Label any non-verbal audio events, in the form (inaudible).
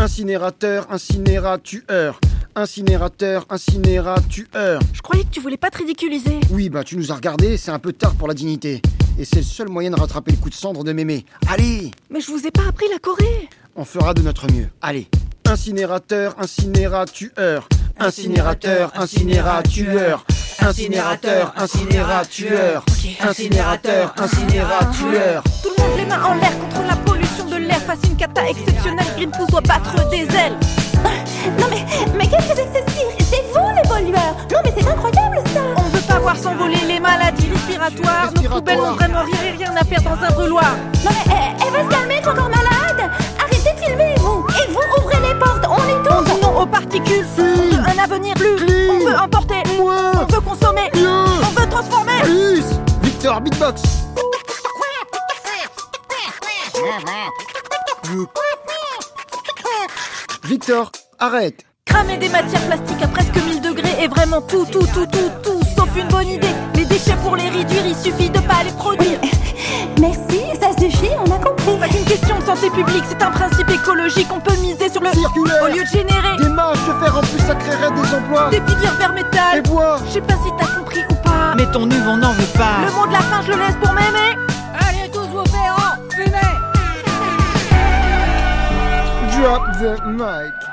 Incinérateur, incinéra-tueur. Incinérateur, incinéra-tueur. Je croyais que tu voulais pas te ridiculiser. Oui, bah tu nous as regardé, c'est un peu tard pour la dignité. Et c'est le seul moyen de rattraper le coup de cendre de mémé. Allez Mais je vous ai pas appris la Corée. On fera de notre mieux. Allez. Incinérateur, incinéra-tueur. Incinérateur, incinéra-tueur. Incinérateur, incinéra-tueur. Incinérateur, incinéra-tueur. Tout le monde les mains en l'air contre la pollution de l'air face à une cata exceptionnelle. Greenpeace doit battre des ailes. Ah, Non mais, mais qu'est-ce que c'est que ce cirque C'est vous les pollueurs Non mais c'est incroyable ça On veut pas voir s'envoler les maladies respiratoires. Nos poubelles ont vraiment rien, rien à faire dans un brûloir. Non mais, eh, elle va se calmer, t'es encore malade Arrêtez de filmer vous Et vous ouvrez les portes, on est On tous dit non aux particules. On veut un avenir lu. Clean. On veut emporter. Moins. On veut consommer. Mieux. On veut transformer. Plus Victor, beatbox Victor, arrête Cramer des matières plastiques à presque 1000 degrés est vraiment tout, tout, tout, tout, tout, sauf une bonne idée. Les déchets pour les réduire, il suffit de pas les produire. (laughs) Merci, ça suffit, on a compris C'est une question de santé publique, c'est un principe écologique. On peut miser sur le Circulaire. au lieu de générer Des marches de fer en plus, ça créerait des emplois des filières vers Et métal. bois Je sais pas si t'as compris ou pas. Mais ton uve, on n'en veut pas. Le mot de la fin, je le laisse pour m'aimer. Allez tous vous ferrants, fumez. Drop the mic